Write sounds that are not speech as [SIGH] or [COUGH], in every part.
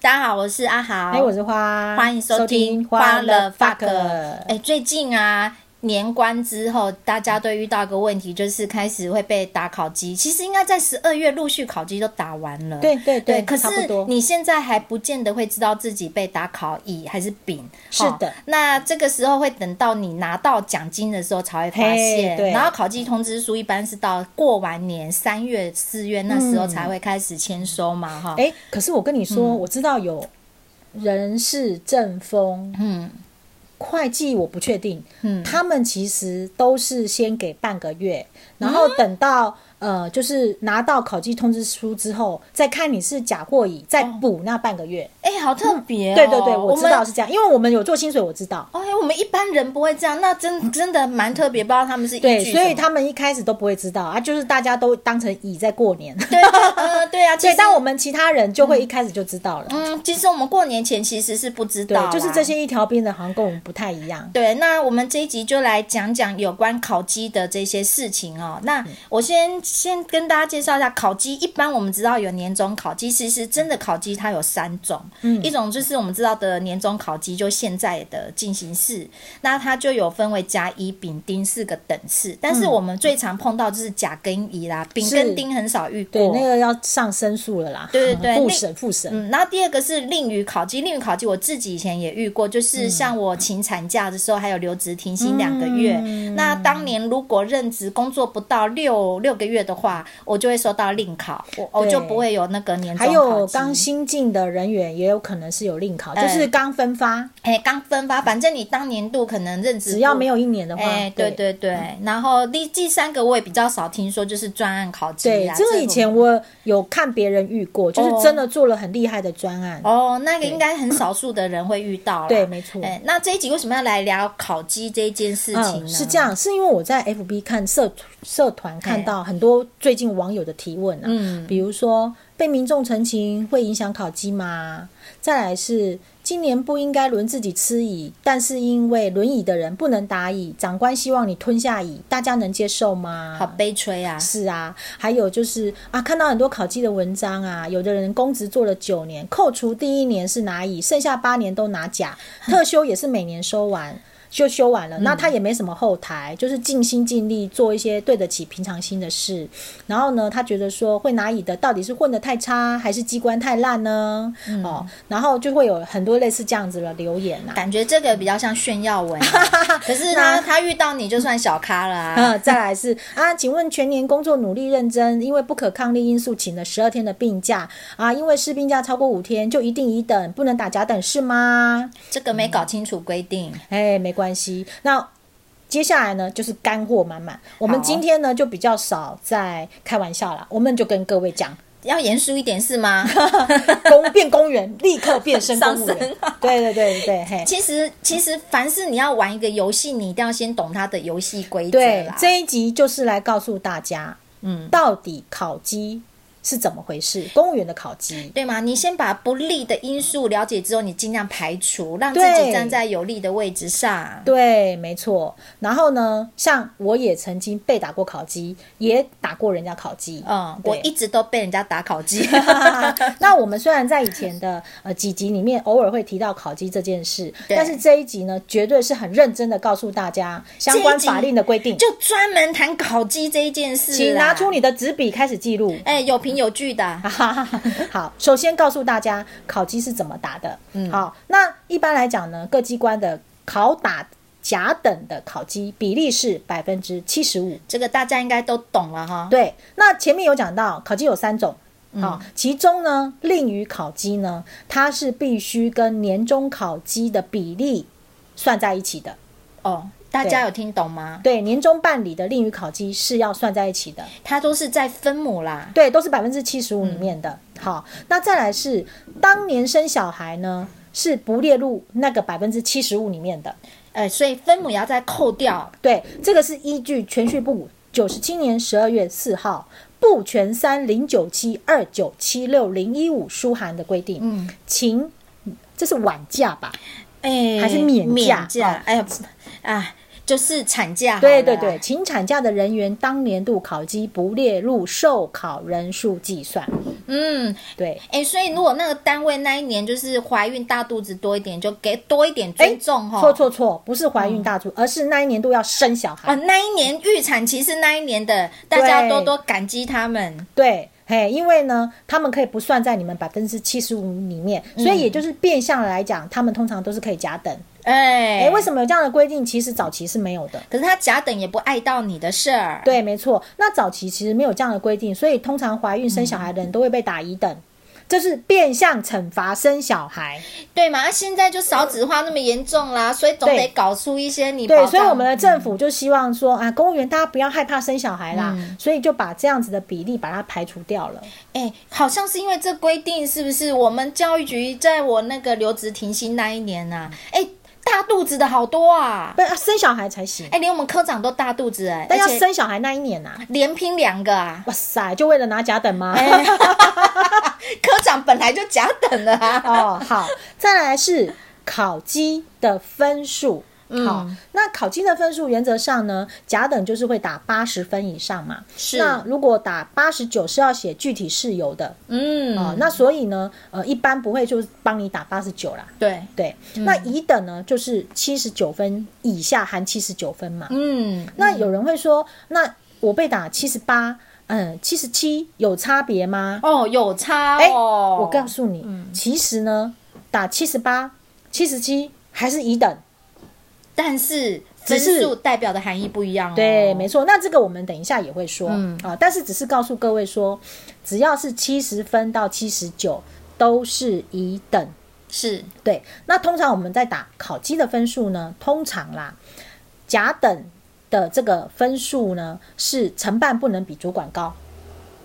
大家好，我是阿豪，哎，我是花，欢迎收听《花了 fuck》。哎，最近啊，年关之后，大家都遇到一个问题，就是开始会被打考鸡。其实应该在十二月陆续考鸡都打完了，对对对对，可是差不多你现在还不见得会知道自己被打考乙还是丙。是的哦那这个时候会等到你拿到奖金的时候才会发现嘿。对然后考绩通知书一般是到过完年三月、四月那时候才会开始签收嘛，哈。嗯哎，可是我跟你嗯说，我知道有人事正风嗯会计，我不确定，嗯他们其实都是先给半个月，然后嗯等到。呃，就是拿到考绩通知书之后，再看你是甲或乙，再补那半个月。哎、好特别、哦嗯对对对，我我知道们是这样，因为我们有做薪水，我知道。哎，我们一般人不会这样，那真真的蛮特别，不知道他们是依嗯对，据所什以么他们一开始都不会知道啊，就是大家都当成乙在过年。对对呃对啊，其 [LAUGHS] 对，实但我们其他人就会一开始就知道了。嗯，其实我们过年前其实是不知道啦，对，就是这些一条边的，好像跟我们不太一样。对，那我们这一集就来讲讲有关烤鸡的这些事情哦。那嗯我先先跟大家介绍一下烤鸡。一般我们知道有年终烤鸡，其实真的烤鸡它有三种，嗯一种就是我们知道的年终烤鸡，就现在的进行式，那它就有分为甲、乙、丙、丁四个等次。但是我们最常碰到就是甲跟乙啦，丙嗯是跟丁很少遇对，过。那个要上申诉了啦。对对对复那审复审。嗯，然后第二个是令鱼烤鸡，令鱼烤鸡我自己以前也遇过，嗯就是像我请产假的时候，还有留职停薪两个月。嗯那当年如果任职工作不到六六个月的话，我就会收到令考，我我对就不会有那个年终还考有绩。刚新进的人员也有可能是有另考，哎就是刚分发，哎，刚分发，反正你当年度可能任职嗯只要不没有一年的话，嗯哎，对对对，然后第第三个我也比较少听说，就是专案考绩啊对啦，这个以我前我有看别人遇过，就是真的做了很厉害的专案。哦，那个应该很少数的人会遇到啦对没错哎，那这一集为什么要来聊烤鸡这一件事情呢？嗯，是这样，是因为我在 FB 看社社团看到很多最近网友的提问啊，嗯比如说被民众陈情会影响烤鸡吗？再来是今年不应该轮自己吃乙，但是因为轮椅的人不能打乙，长官希望你吞下乙，大家能接受吗？好悲催啊！是啊，还有就是啊，看到很多考绩的文章啊，有的人公职做了九年，扣除第一年是拿乙，剩下八年都拿甲，特休也是每年收完。就修完了，那他也没什么后台，就是尽心尽力做一些对得起平常心的事。然后呢，他觉得说会拿乙的到底是混得太差，还是机关太烂呢？哦，然后就会有很多类似这样子的留言呐、啊。感觉这个比较像炫耀文啊、 [LAUGHS] 可是呢，他遇到你就算小咖了啊。啊，再来是啊，请问全年工作努力认真，因为不可抗力因素请了十二天的病假啊，因为事病假超过五天就一定乙等，不能打甲等是吗？这个没搞清楚规定，哎，没关系，那。接下来呢，就是干货满满。我们好今天呢就比较少在开玩笑啦，我们就跟各位讲， [LAUGHS] 要严肃一点是吗？公变公务员，立刻变身公 [LAUGHS] 务上升员。对对对对，嘿，其实，其实凡是你要玩一个游戏，你一定要先懂它的游戏规则对啦。，这一集就是来告诉大家，嗯，到底考鸡是怎么回事？公务员的考鸡，对吗？你先把不利的因素了解之后，你尽量排除，让自己对站在有利的位置上。对，没错。然后呢，像我也曾经被打过烤鸡，也打过人家烤鸡。嗯，对我一直都被人家打烤鸡。 [LAUGHS] [LAUGHS] 那我们虽然在以前的呃几集里面偶尔会提到烤鸡这件事，对但是这一集呢，绝对是很认真的告诉大家相关法令的规定，就专门谈烤鸡这一件事啦。请拿出你的纸笔开始记录。 [LAUGHS] 哎、有凭有据的。啊哈哈哈，好，首先告诉大家烤鸡是怎么打的。嗯，好，那一般来讲呢，各机关的拷打甲等的烤鸡比例是百分之七十五。这个大家应该都懂了哈。对，那前面有讲到烤鸡有三种。啊、其中呢，令与烤鸡呢，它是必须跟年终烤鸡的比例算在一起的。哦，大家有听懂吗？对，年终办理的令与烤鸡是要算在一起的。它都是在分母啦。对，都是百分之七十五里面的。好，那再来是当年生小孩呢，是不列入那个百分之七十五里面的。呃，所以分母也要再扣掉。对，这个是依据全序部九十七年十二月四号部全三零九七二九七六零一五书函的规定。嗯，请，这是晚假吧？哎、还是免免哦价价？哎呀，啊。就是产假好了啦，对对对，请产假的人员当年度考绩不列入受考人数计算。嗯，对，哎、所以如果那个单位那一年就是怀孕大肚子多一点，就给多一点尊重哈。哎错错错，不是怀孕大出，而是那一年度要生小孩。啊，那一年预产期是那一年的，大家对要多多感激他们。对，嘿，因为呢，他们可以不算在你们百分之七十五里面，所以也就是变相来讲，他们通常都是可以甲等。哎、哎、为什么有这样的规定？其实早期是没有的。可是他甲等也不碍到你的事儿。对，没错。那早期其实没有这样的规定，所以通常怀孕生小孩的人都会被打乙等，这是变相惩罚生小孩。对嘛？那、现在就少子化那么严重啦，所以总对得搞出一些你对，保障嗯所以我们的政府就希望说啊，公务员大家不要害怕生小孩啦，所以就把这样子的比例把它排除掉了。哎、好像是因为这规定，是不是？我们教育局在我那个留职停薪那一年呐、啊，嗯哎、大肚子的好多啊！不、啊，生小孩才行哎、，连我们科长都大肚子哎、但要而且生小孩那一年呐、啊，连拼两个啊！哇塞，就为了拿甲等吗？哎、科长本来就甲等了啊！ [LAUGHS] 哦，好，再来是考绩的分数。嗯好，那考绩的分数原则上呢，甲等就是会打八十分以上嘛。是那如果打八十九是要写具体事由的嗯，啊、那所以呢，呃，一般不会就帮你打八十九啦。对，对，嗯那乙等呢，就是七十九分以下含七十九分嘛。嗯，那有人会说，那我被打七十八，嗯，七十七有差别吗？哦，有差哎、哦。我告诉你，其实呢，打七十八、七十七还是乙等。哦但是分只是数代表的含义不一样哦。对，没错。那这个我们等一下也会说、嗯啊，但是只是告诉各位说，只要是七十分到七十九都是乙等。是对，那通常我们在打考绩的分数呢，通常啦，甲等的这个分数呢是承办不能比主管高，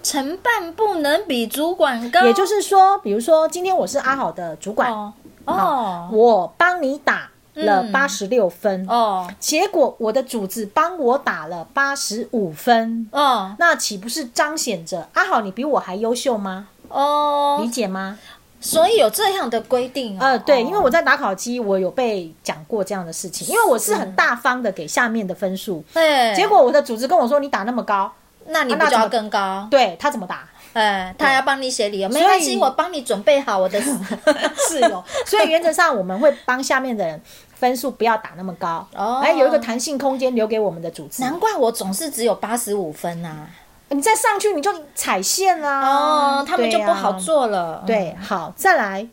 承办不能比主管高，也就是说，比如说今天我是阿好的主管，哦好哦我帮你打了嗯八十六分，哦结果我的主子帮我打了八十五分，哦那岂不是彰显着阿好你比我还优秀吗？理哦，解吗？所以有这样的规定哦呃，对，因为哦我在打考绩，我有被讲过这样的事情，因为我是很大方的给下面的分数，哎，结果我的组织跟我说你打那么高，那你啊不那就怎要么更高？对他怎么打？哎，他要帮你写理由，没所关以系，我帮你准备好我 [LAUGHS] 的是有，所以原则上我们会帮下面的人分数不要打那么高，哦哎，有一个弹性空间留给我们的组织。难怪我总是只有八十五分呐。你再上去你就踩线啦，哦，他们就对啊不好。做了。对，啊好，再来。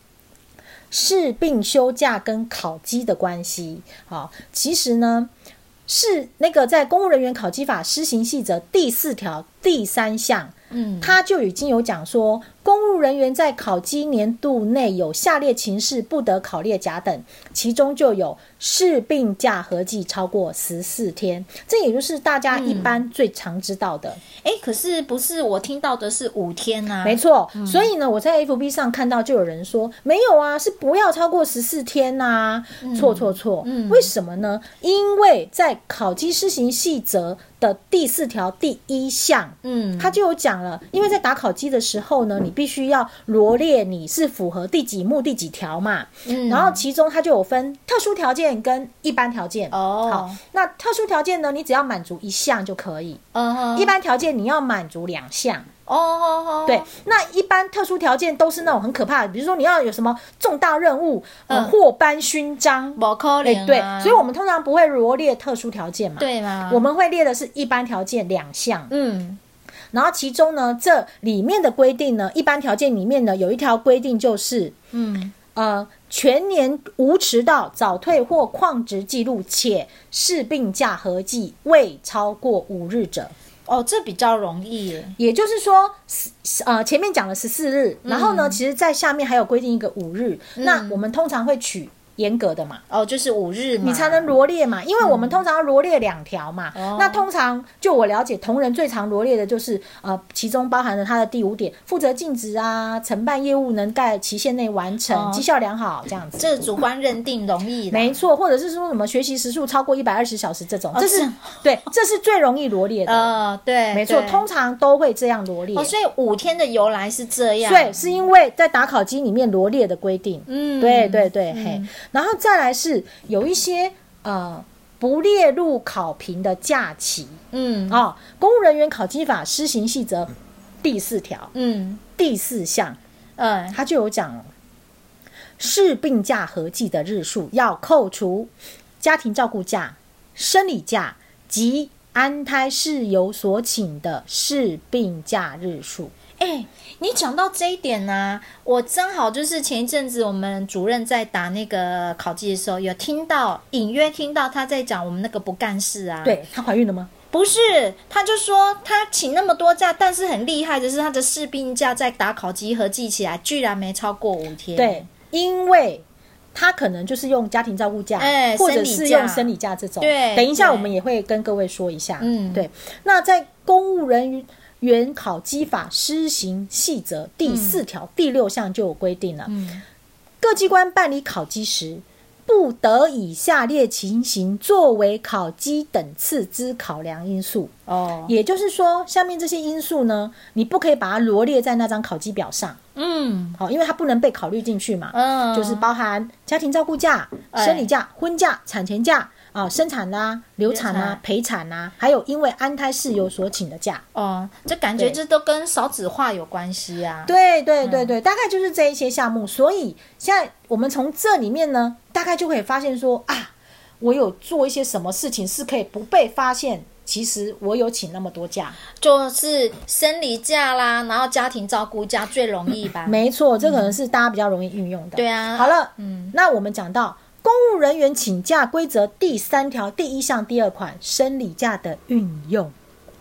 是病休假跟考绩的关系，好，其实呢是那个在《公务人员考绩法施行细则》第四条第三项嗯，他就已经有讲说，公务人员在考绩年度内有下列情事不得考列甲等，其中就有事病假合计超过十四天，这也就是大家一般最常知道的。哎，可是不是我听到的是五天啊呐？没错，嗯所以呢，我在 FB 上看到就有人说，没有啊，是不要超过十四天呐、嗯错错错，为什么呢？因为在考绩施行细则的第四条第一项，嗯，他就有讲了，因为在打考绩的时候呢，你必须要罗列你是符合第几目第几条嘛，嗯然后其中它就有分特殊条件跟一般条件。哦好，那特殊条件呢，你只要满足一项就可以；嗯，一般条件你要满足两项。哦哦哦，对，那一般特殊条件都是那种很可怕的，比如说你要有什么重大任务，呃，嗯获颁勋章，不可能、哎啊对，所以我们通常不会罗列特殊条件嘛。。对啊吗？我们会列的是一般条件两项，嗯，然后其中呢，这里面的规定呢，一般条件里面呢，有一条规定就是，嗯，呃，全年无迟到、早退或旷职记录，且事病假合计未超过五日者。哦，这比较容易耶。也就是说，十呃，前面讲了十四日，嗯然后呢，其实在下面还有规定一个五日，那我们通常会取严格的嘛。哦，就是五日嘛，你才能罗列嘛，因为我们通常要罗列两条嘛。嗯哦那通常就我了解，同仁最常罗列的就是呃，其中包含了他的第五点，负责尽职啊，承办业务能在期限内完成，哦嗯绩效良好这样子。这主观认定容易的。没错，或者是说什么学习时数超过一百二十小时这种，这是是啊对，这是最容易罗列的。呃，对，没错，对通常都会这样罗列哦，。所以五天的由来是这样。对，，是因为在打考机里面罗列的规定。嗯，对对对，嘿，然后再来是有一些呃不列入考评的假期。嗯哦，《公务人员考绩法施行细则》第四条嗯第四项，嗯，它就有讲了，是病假合计的日数要扣除家庭照顾假、生理假及安胎事由所请的是病假日数。哎、你讲到这一点呢、啊我正好就是前一阵子我们主任在打那个考绩的时候，有听到隐约听到他在讲我们那个不干事啊，，对她怀孕了吗？不是，他就说他请那么多假，但是很厉害的是他的士兵假在打考绩合计起来居然没超过五天，对，因为她可能就是用家庭照顾假，哎或者生理是假用生理假这种。对等一下对我们也会跟各位说一下。嗯对。那在公务人员考绩法施行细则第四条、第六项就有规定了，嗯各机关办理考绩时。不得以下列情形作为考绩等次之考量因素，哦，也就是说，下面这些因素呢，你不可以把它罗列在那张考绩表上，嗯好，因为它不能被考虑进去嘛。嗯，就是包含家庭照顾假、哎生理假、婚假、产前假啊、生产啦、流产啦、流产陪产啦、还有因为安胎事由所请的假。哦，这感觉对这都跟少子化有关系啊，对对对对，大概就是这一些项目。所以现在我们从这里面呢，大概就可以发现说啊，我有做一些什么事情是可以不被发现。其实我有请那么多假，就是生理假啦，然后家庭照顾假最容易吧？没错，这可能是大家比较容易运用的。对啊好了，嗯，那我们讲到公务人员请假规则第三条第一项第二款生理假的运用。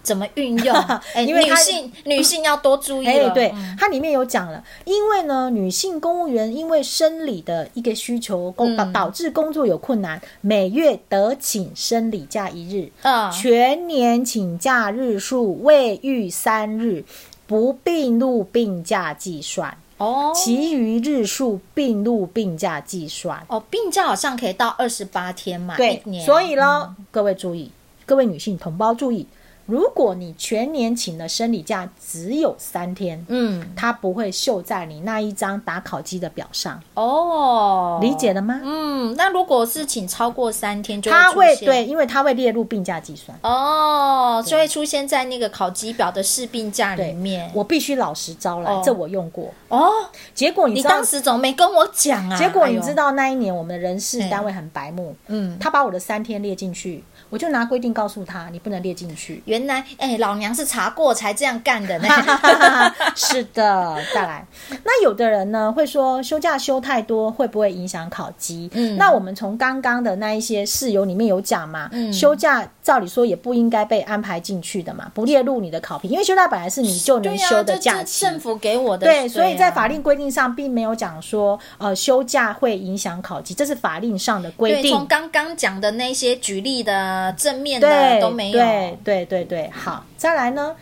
怎么运 [LAUGHS] 用？哎，因为女它性女性要多注意哎、了。对嗯，它里面有讲了，因为呢，女性公务员因为生理的一个需求，工导嗯导致工作有困难，每月得请生理假一日，嗯全年请假日数未逾三日，不并入病假计算，哦其余日数并入病假计算。哦，病假好像可以到二十八天嘛，对一，年。嗯所以喽，各位注意，各位女性同胞注意，如果你全年请的生理假只有三天，嗯，它不会绣在你那一张打考机的表上，哦，理解。了吗？嗯，那如果是请超过三天就它会出现对，因为它会列入病假计算。哦，就会出现在那个考级表的试病假里对面。我必须老实招嗯来，哦这我用过。哦，结果你你知道当，时怎么没跟我讲啊？结果你哎呦知，道那一年我们的人事嗯单位很白目，嗯，。他把我的三天列进去，我就拿规定告诉他，你不能列进去原来哎、老娘是查过才这样干 [LAUGHS] 的呢。啊 [LAUGHS] 是的，再来。那有的人呢会说休假休太多会不会影响考绩？嗯那我们从刚刚的那一些事由里面有讲嘛，嗯休假照理说也不应该被安排进去的嘛，不列入你的考评，因为休假本来是你就对能呀，休的这假这期。政府给我的啊对，所以在法律令规定上并没有讲说，呃，休假会影响考绩，这是法令上的规对定。从刚刚讲的那些举例的正面的对，都没有。对对对对，好，再来呢？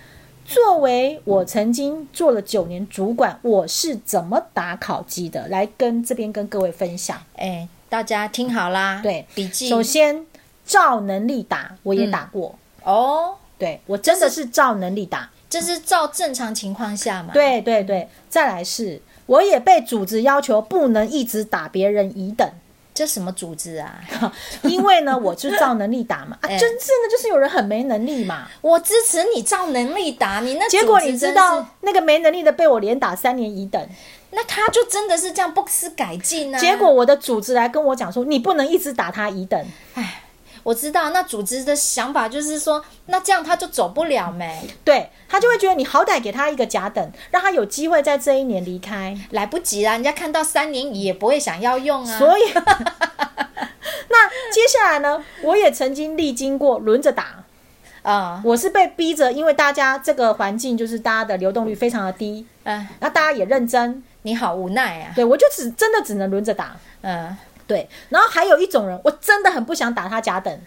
作为我曾经做了九年主管，我是怎么打考绩的？来跟这边跟各位分享。哎，大家听好啦，对笔记首先，照能力打，我也嗯打过，哦，对我真的是照能力打。这是照正常情况下嘛？，对对对，再来是，我也被组织要求不能一直打别人乙等。 [LAUGHS] 这什么组织啊？因为呢，我就照能力打嘛，[LAUGHS] 啊，哎真正的就是有人很没能力嘛。我支持你照能力打你那结果组织你真是知道，，那个没能力的被我连打三年乙等，那他就真的是这样不思改进啊。结果我的组织来跟我讲说，你不能一直打他乙等。哎，我知道那组织的想法就是说，那这样他就走不了没。对他就会觉得你好歹给他一个甲等，让他有机会在这一年离开。来不及啦，人家看到三年也不会想要用啊。所以， [LAUGHS] 那接下来呢，我也曾经历经过轮着打，啊，我是被逼着，因为大家这个环境就是大家的流动率非常的低，哎，那大家也认真，你好无奈啊。对我就只真的只能轮着打。嗯，对，然后还有一种人，我真的很不想打他甲等，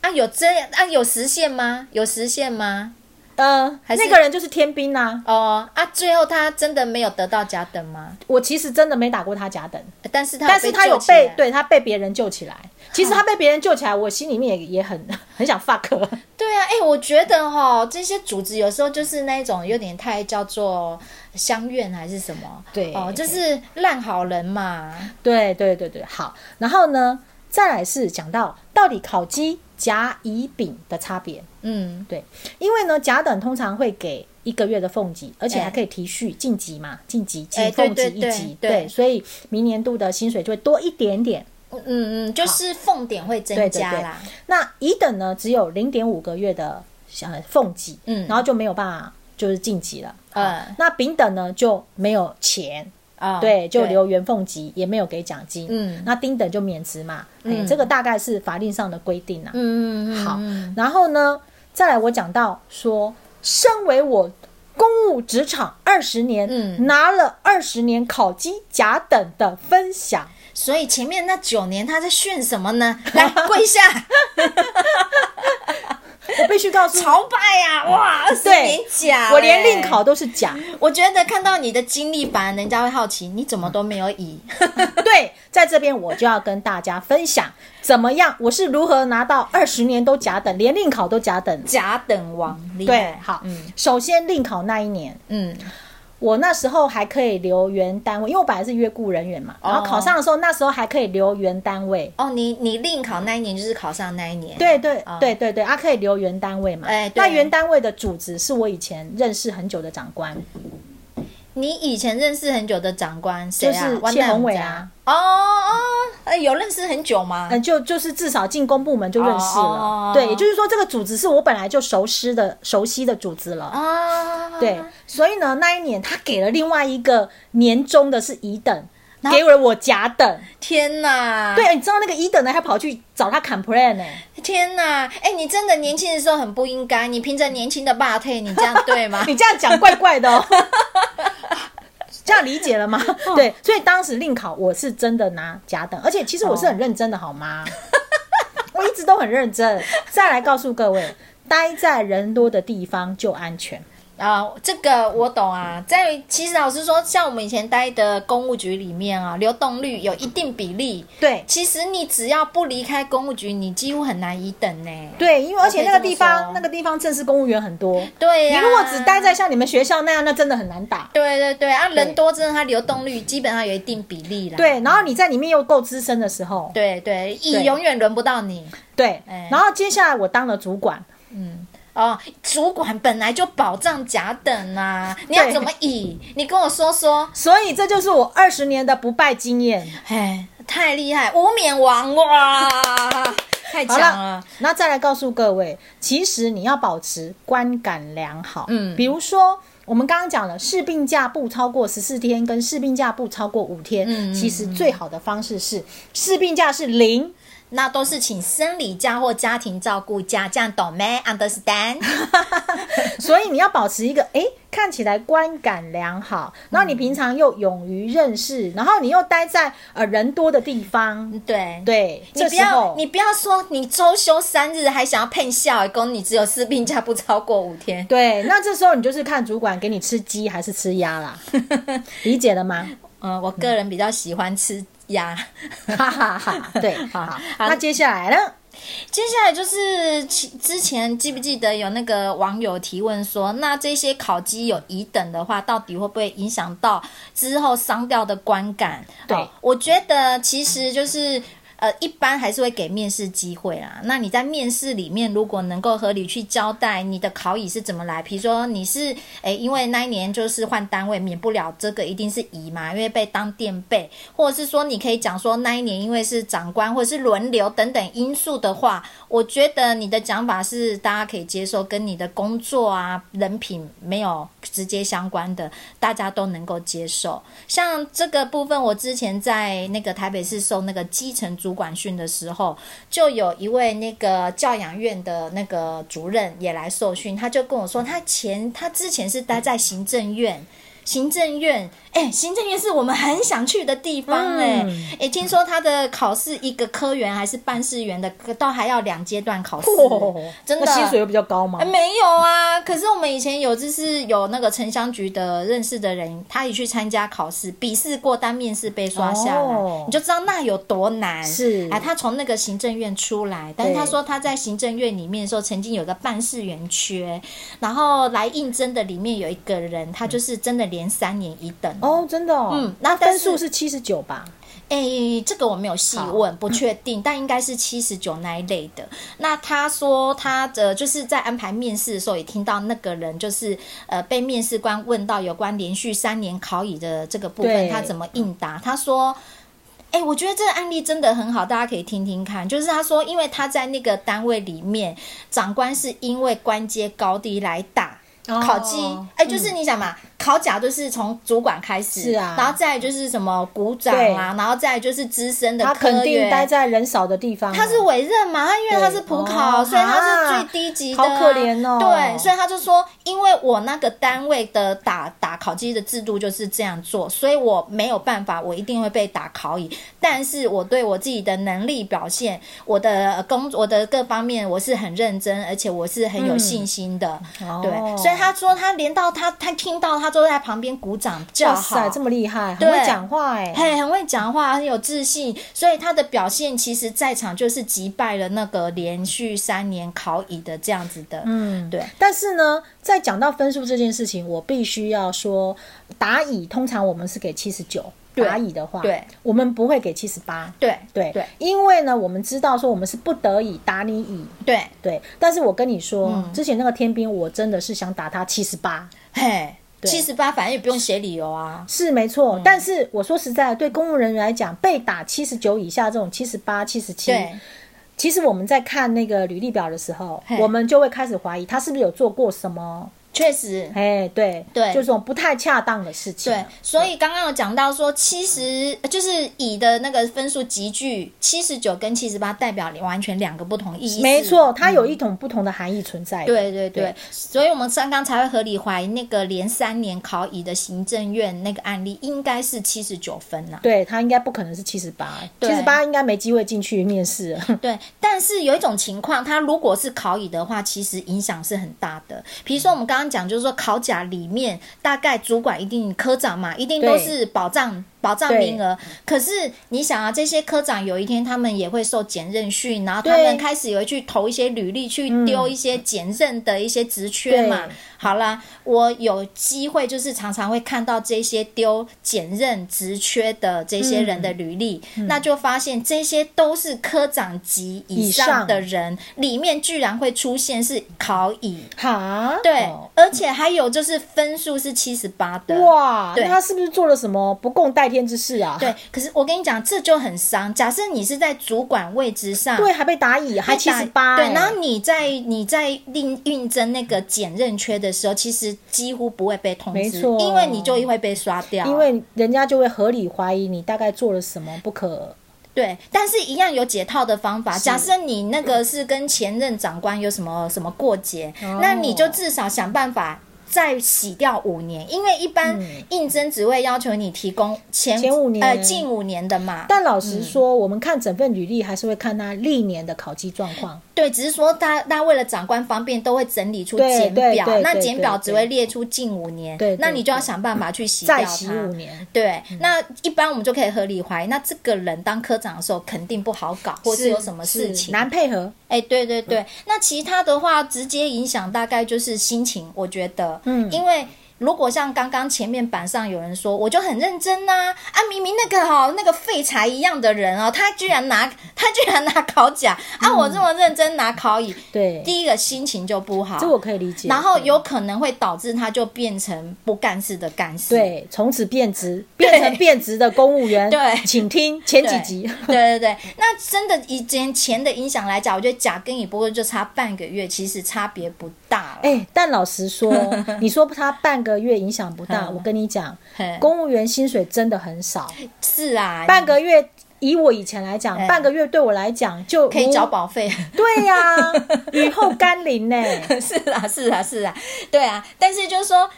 啊有这样啊有实现吗？有实现吗？呃，还是那个人就是天兵啊，哦啊，最后他真的没有得到甲等吗？我其实真的没打过他甲等，但是他但是他有救起被来对他被别人救起来。其实他被别人救起来，我心里面也也很很想 [LAUGHS] fuck。对啊，哎、我觉得哈，这些组织有时候就是那一种有点太叫做相怨还是什么？对哦，就是烂好人嘛。对对对对，好。然后呢，再来是讲到到底烤鸡甲乙丙的差别，嗯，对，因为呢甲等通常会给一个月的俸级，而且还可以提续晋级嘛，晋级哎晋对俸级对一对级，对对，所以明年度的薪水就会多一点点。嗯嗯，就是俸点会增加啦，那乙等呢，只有零点五个月的呃俸级，嗯然后就没有办法就是晋级了。嗯那丙等呢就没有钱，啊，对，就留原俸级，也没有给奖金。嗯那丁等就免职嘛，哎嗯这个大概是法令上的规定啊。嗯，嗯嗯，好嗯，然后呢，再来我讲到说，身为我公务职场二十年，嗯拿了二十年考绩甲等的分享。所以前面那九年他在训什么呢？ [LAUGHS] 来跪下，我必须告诉你，朝拜呀、 [LAUGHS] 啊！哇，二十对年甲、我连令考，都是甲。我觉得看到你的经历，反而人家会好奇你怎么都没有乙。 [LAUGHS] 对，在这边我就要跟大家分享，怎么样，我是如何拿到二十年都甲等，连令考都甲等。甲等王，厉对害，好，嗯首先令考那一年，嗯我那时候还可以留原单位，因为我本来是约雇人员嘛，然后考上的时候，那时候还可以留原单位。哦，你你另考那一年就是考上那一年，对对哦对对对，啊，可以留原单位嘛？哎对那原单位的主职是我以前认识很久的长嗯官，你以前认识很久的长官谁啊？就是万谢代宏我们伟家啊。哦哦，呃有认识很久吗？嗯，就就是至少进公部门就认识了。哦对，也就是说，这个组织是我本来就熟悉的、熟悉的组织了。啊，对，所以呢，那一年他给了另外一个年终的是乙等，然后啊给了我甲等。天哪，对，你知道那个乙等呢，还跑去找他 complain 呢、天哪，哎、你真的年轻的时候很不应该，你凭着年轻的霸退，你这样对吗 [LAUGHS] ？你这样讲怪怪的哦。 [LAUGHS] 这样理解了吗？嗯对，所以当时令考我是真的拿甲等，而且其实我是很认真的，好吗？哦 [LAUGHS] 我一直都很认真。再来告诉各位，待在人多的地方就安全。啊、这个我懂啊，在其实老实说，像我们以前待的公务局里面啊，流动率有一定比例。对其实你只要不离开公务局，你几乎很难移等呢、对，因为而且那个我可以地这么方说那个地方正式公务员很多，对你呀、如果只待在像你们学校那样，那真的很难打。对对对啊，对人多真的，它流动率基本上有一定比例啦。对，然后你在里面又够资深的时候，对对，对乙永远轮不到你对哎，然后接下来我当了主管，哦。主管本来就保障甲等啊，你要对怎么乙？你跟我说说。所以这就是我二十年的不败经验。哎，太厉害，无冕王 [LAUGHS] 哇，太好强了了。，那再来告诉各位，其实你要保持观感良好，嗯比如说。我们刚刚讲了，试病假不超过十四天，跟试病假不超过五天，嗯嗯其实最好的方式是试病假是零，那都是请生理假或家庭照顾假，这样懂没？Understand？ [LAUGHS] 所以你要保持一个诶看起来观感良好，嗯然后你平常又勇于认识，然后你又待在呃人多的地方，对。嗯对，你这不时要，候你不要说你周休三日还想要骗笑，欸公你只有四病假不超过五天。对，那这时候你就是看主管给你吃鸡还是吃鸭 [LAUGHS] 啦，理解了吗？嗯，我个人比较喜欢吃鸭。 [LAUGHS] 哈哈哈，对，好，好好那接下来呢？接下来就是其之前记不记得有那个网友提问说，那这些烤鸡有乙等的话，到底会不会影响到之后商调的观感？对哦我觉得其实就是。呃，一般还是会给面试机会啦。那你在面试里面，如果能够合理去交代你的考乙是怎么来，比如说你是诶、因为那一年就是换单位，免不了这个一定是乙嘛，因为被当垫背，或者是说你可以讲说那一年因为是长官或者是轮流等等因素的话，我觉得你的讲法是大家可以接受，跟你的工作啊、人品没有直接相关的，大家都能够接受。像这个部分，我之前在那个台北市受那个基层主管训的时候，就有一位那个教养院的那个主任也来受训，他就跟我说，他前他之前是待在行政院。行政院，哎、行政院是我们很想去的地方、哎、哎、嗯听说他的考试一个科员还是办事员的，都还要两阶段考试，嗯真的那薪水又比较高嘛哎，？没有啊，可是我们以前有就是有那个城乡局的认识的人，他也去参加考试，笔试过，但面试被刷下来，哦你就知道那有多难。是哎，他从那个行政院出来，但是对他说他在行政院里面的时候，曾经有个办事员缺，然后来应征的里面有一个人，他就是真的连三年一等。哦，真的、哦，嗯那但分是数是七十九吧？诶，这个我没有细问，不确定，但应该是七十九那一类的。那他说他的就是在安排面试的时候，也听到那个人就是呃被面试官问到有关连续三年考乙的这个部对分，他怎么应答？他说。哎、我觉得这个案例真的很好，大家可以听听看。就是他说，因为他在那个单位里面，长官是因为官阶高低来打哦嗯考绩。哎、就是你想嘛，考甲就是从主管开始，是啊然后再来就是什么股长啊，然后再来就是资深的他科肯定员。啊待在人少的地方啊、他是委任嘛，他因为他是普考，哦所以他啊是最低级的、啊，好可怜哦对，所以他就说，因为我那个单位的打打考绩的制度就是这样做，所以我没有办法，我一定会被打考乙。但是我对我自己的能力表现，我的呃工，我的各方面，我是很认真，而且我是很有信心的。嗯哦对，所以他说，他连到他他听到他都在旁边鼓掌叫哇好，塞，这么厉害，很对会讲话哎、嘿，很会讲话，很有自信，所以他的表现其实在场就是击败了那个连续三年考乙的这样子的，嗯，对，但是呢，在讲到分数这件事情，我必须要说，打乙通常我们是给七十九，对打乙的话，对，我们不会给七十八，对，对对，因为呢，我们知道说我们是不得已打你乙，对，对。但是我跟你说，嗯之前那个天兵，我真的是想打他七十八，嘿，七十八，反正也不用写理由啊，是没错。但是我说实在，对公务人员来讲，被打七十九以下这种七十八、七十七，对，其实我们在看那个履历表的时候嘿，我们就会开始怀疑他是不是有做过什么，确实。哎，对，对就这种不太恰当的事情。对，所以刚刚有讲到说，七十就是乙的那个分数集聚，七十九跟七十八代表完全两个不同意义。没错，它有一种不同的含义存在的。嗯对对对，所以我们刚刚才会合理怀疑那个连三年考乙的行政院那个案例应该是七十九分啊啦、对，他应该不可能是七十八，七对十八应该没机会进去面试 [LAUGHS] 了。嗯对，但是有一种情况，它如果是考乙的话，其实影响是很大的。比如说我们刚刚讲，就是说考甲里面大概主管一定科长嘛，一定都对是保障保障对名额。可是你想啊，这些科长有一天他们也会受检任训，然后他对嗯们开始也会去投一些履历，去丢一些检任的一些职缺嘛。对好啦，我有机会就是常常会看到这些丢检任职缺的这些人嗯的履历，那就发现这些都是科长级以上的人，里面居然会出现是考乙，哈，对，哦而且还有就是分数是七十八的，哇，对那他是不是做了什么不共戴天之事啊？对。可是我跟你讲，这就很伤。假设你是在主管位置上，对，还被打乙，还七打十八，哎对，然后你在你在应应征那个检任缺的时候，其实几乎不会被通没知，错因为你就会被刷掉。因为人家就会合理怀疑你大概做了什么不可。对，但是一样有解套的方法。假设你那个是跟前任长官有什么什么过节，哦那你就至少想办法。再洗掉五年，因为一般应征职位要求你提供前嗯前五年呃近五年的嘛。但老实说，嗯我们看整份履历还是会看他历年的考绩状况。对，只是说大大家为了长官方便，都会整理出对简对表对，那对简对表对只会列出近五年，对对那你就要对想办法去洗掉再它。洗五年，对，那一般我们就可以合理怀疑，那这个人当科长的时候肯定不好搞，或是有什么事是情。难配合？哎、对对对，嗯那其他的话直接影响大概就是心情，我觉得，嗯，因为。如果像刚刚前面板上有人说，我就很认真呐、啊，明明那个哈、那个废柴一样的人哦，他居然拿 [LAUGHS] 他居然拿考甲、啊，嗯我这么认真拿考乙，对，第一个心情就不好这，我可以理解。然后有可能会导致他就变成不干事的干事，对，从此变职，变成变职的公务员。 [LAUGHS] 对请听前几对集。对对对，那真的以前钱的影响来讲，我觉得甲跟乙不过就差半个月，其实差别不大了。哎、但老 [LAUGHS] 实说，你说他半个月影响不大，嗯我跟你讲，嘿公务员薪水真的很少，是啊，半个月。以我以前来讲，嗯半个月对我来讲就可以缴如。保费。对呀、雨后甘霖呢、 [LAUGHS] 是啊，是啊，是啊，对啊。但是就是说，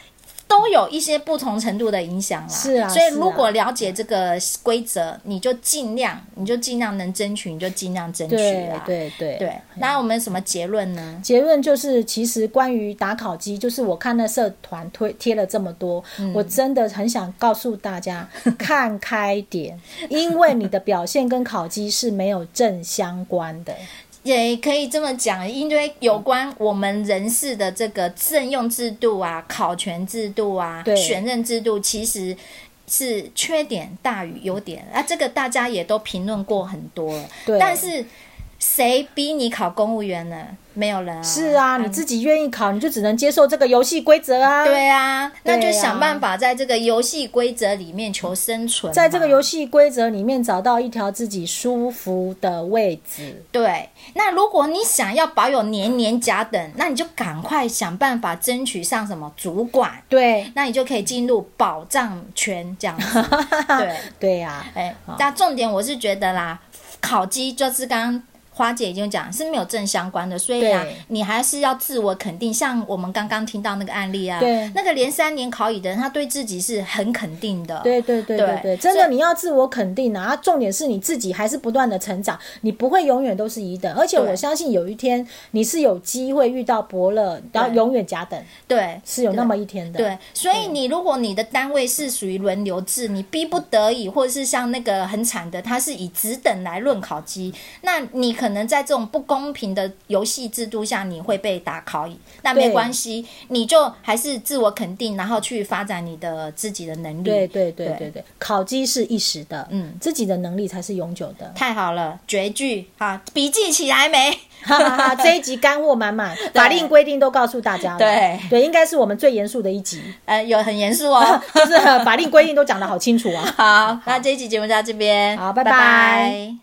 都有一些不同程度的影响啦。是啊所以是啊如果了解这个规则，你就尽量，你就尽量能争取，你就尽量争取对啦。对对对。那我们有什么结论呢？结论就是，其实关于打考机，就是我看那社团推贴了这么多，我真的很想告诉大家，看开点，因为你的表现跟考机是没有正相关的。也可以这么讲，因为有关我们人事的这个任用制度啊、考权制度啊、对选任制度，其实是缺点大于优点啊，这个大家也都评论过很多了。对但是谁逼你考公务员呢？没有人啊。是啊，你自己愿意考，你就只能接受这个游戏规则啊。，对啊，那对就啊想办法在这个游戏规则里面求生存嘛。在这个游戏规则里面找到一条自己舒服的位置。对，那如果你想要保有年年甲等，那你就赶快想办法争取上什么主管，对，那你就可以进入保障圈这样 [LAUGHS] 子。对，对啊呀、哎，那重点我是觉得啦，烤鸡就是刚刚花姐已经讲是没有正相关的，所以啊对，你还是要自我肯定。像我们刚刚听到那个案例啊，对那个连三年考乙的人，他对自己是很肯定的。对对对对对对，真的所以你要自我肯定啊！啊重点是你自己还是不断的成长，你不会永远都是一等，而且对我相信有一天你是有机会遇到伯乐，然后对永远甲等，对，是有那么一天的。对，所以你如果你的单位是属于轮流制，你逼不得已，或者是像那个很惨的，他是以职等来论考绩，那你可能在这种不公平的游戏制度下，你会被打考乙。那没对关系，你就还是自我肯定，然后去发展你的自己的能力。对对对对对对，考绩是一时的，嗯。自己的能力才是永久 [LAUGHS] 的太好了，绝句啊，笔记起来 [LAUGHS] 没？哈哈哈，这一集干货满 [LAUGHS] 满，法令规定都告诉大家了。对对，应该是我们最严肃的一集， [LAUGHS] 呃，有很严肃哦。就是法令规定都讲得好清楚啊。好，那这一期节目就到这边，好拜拜拜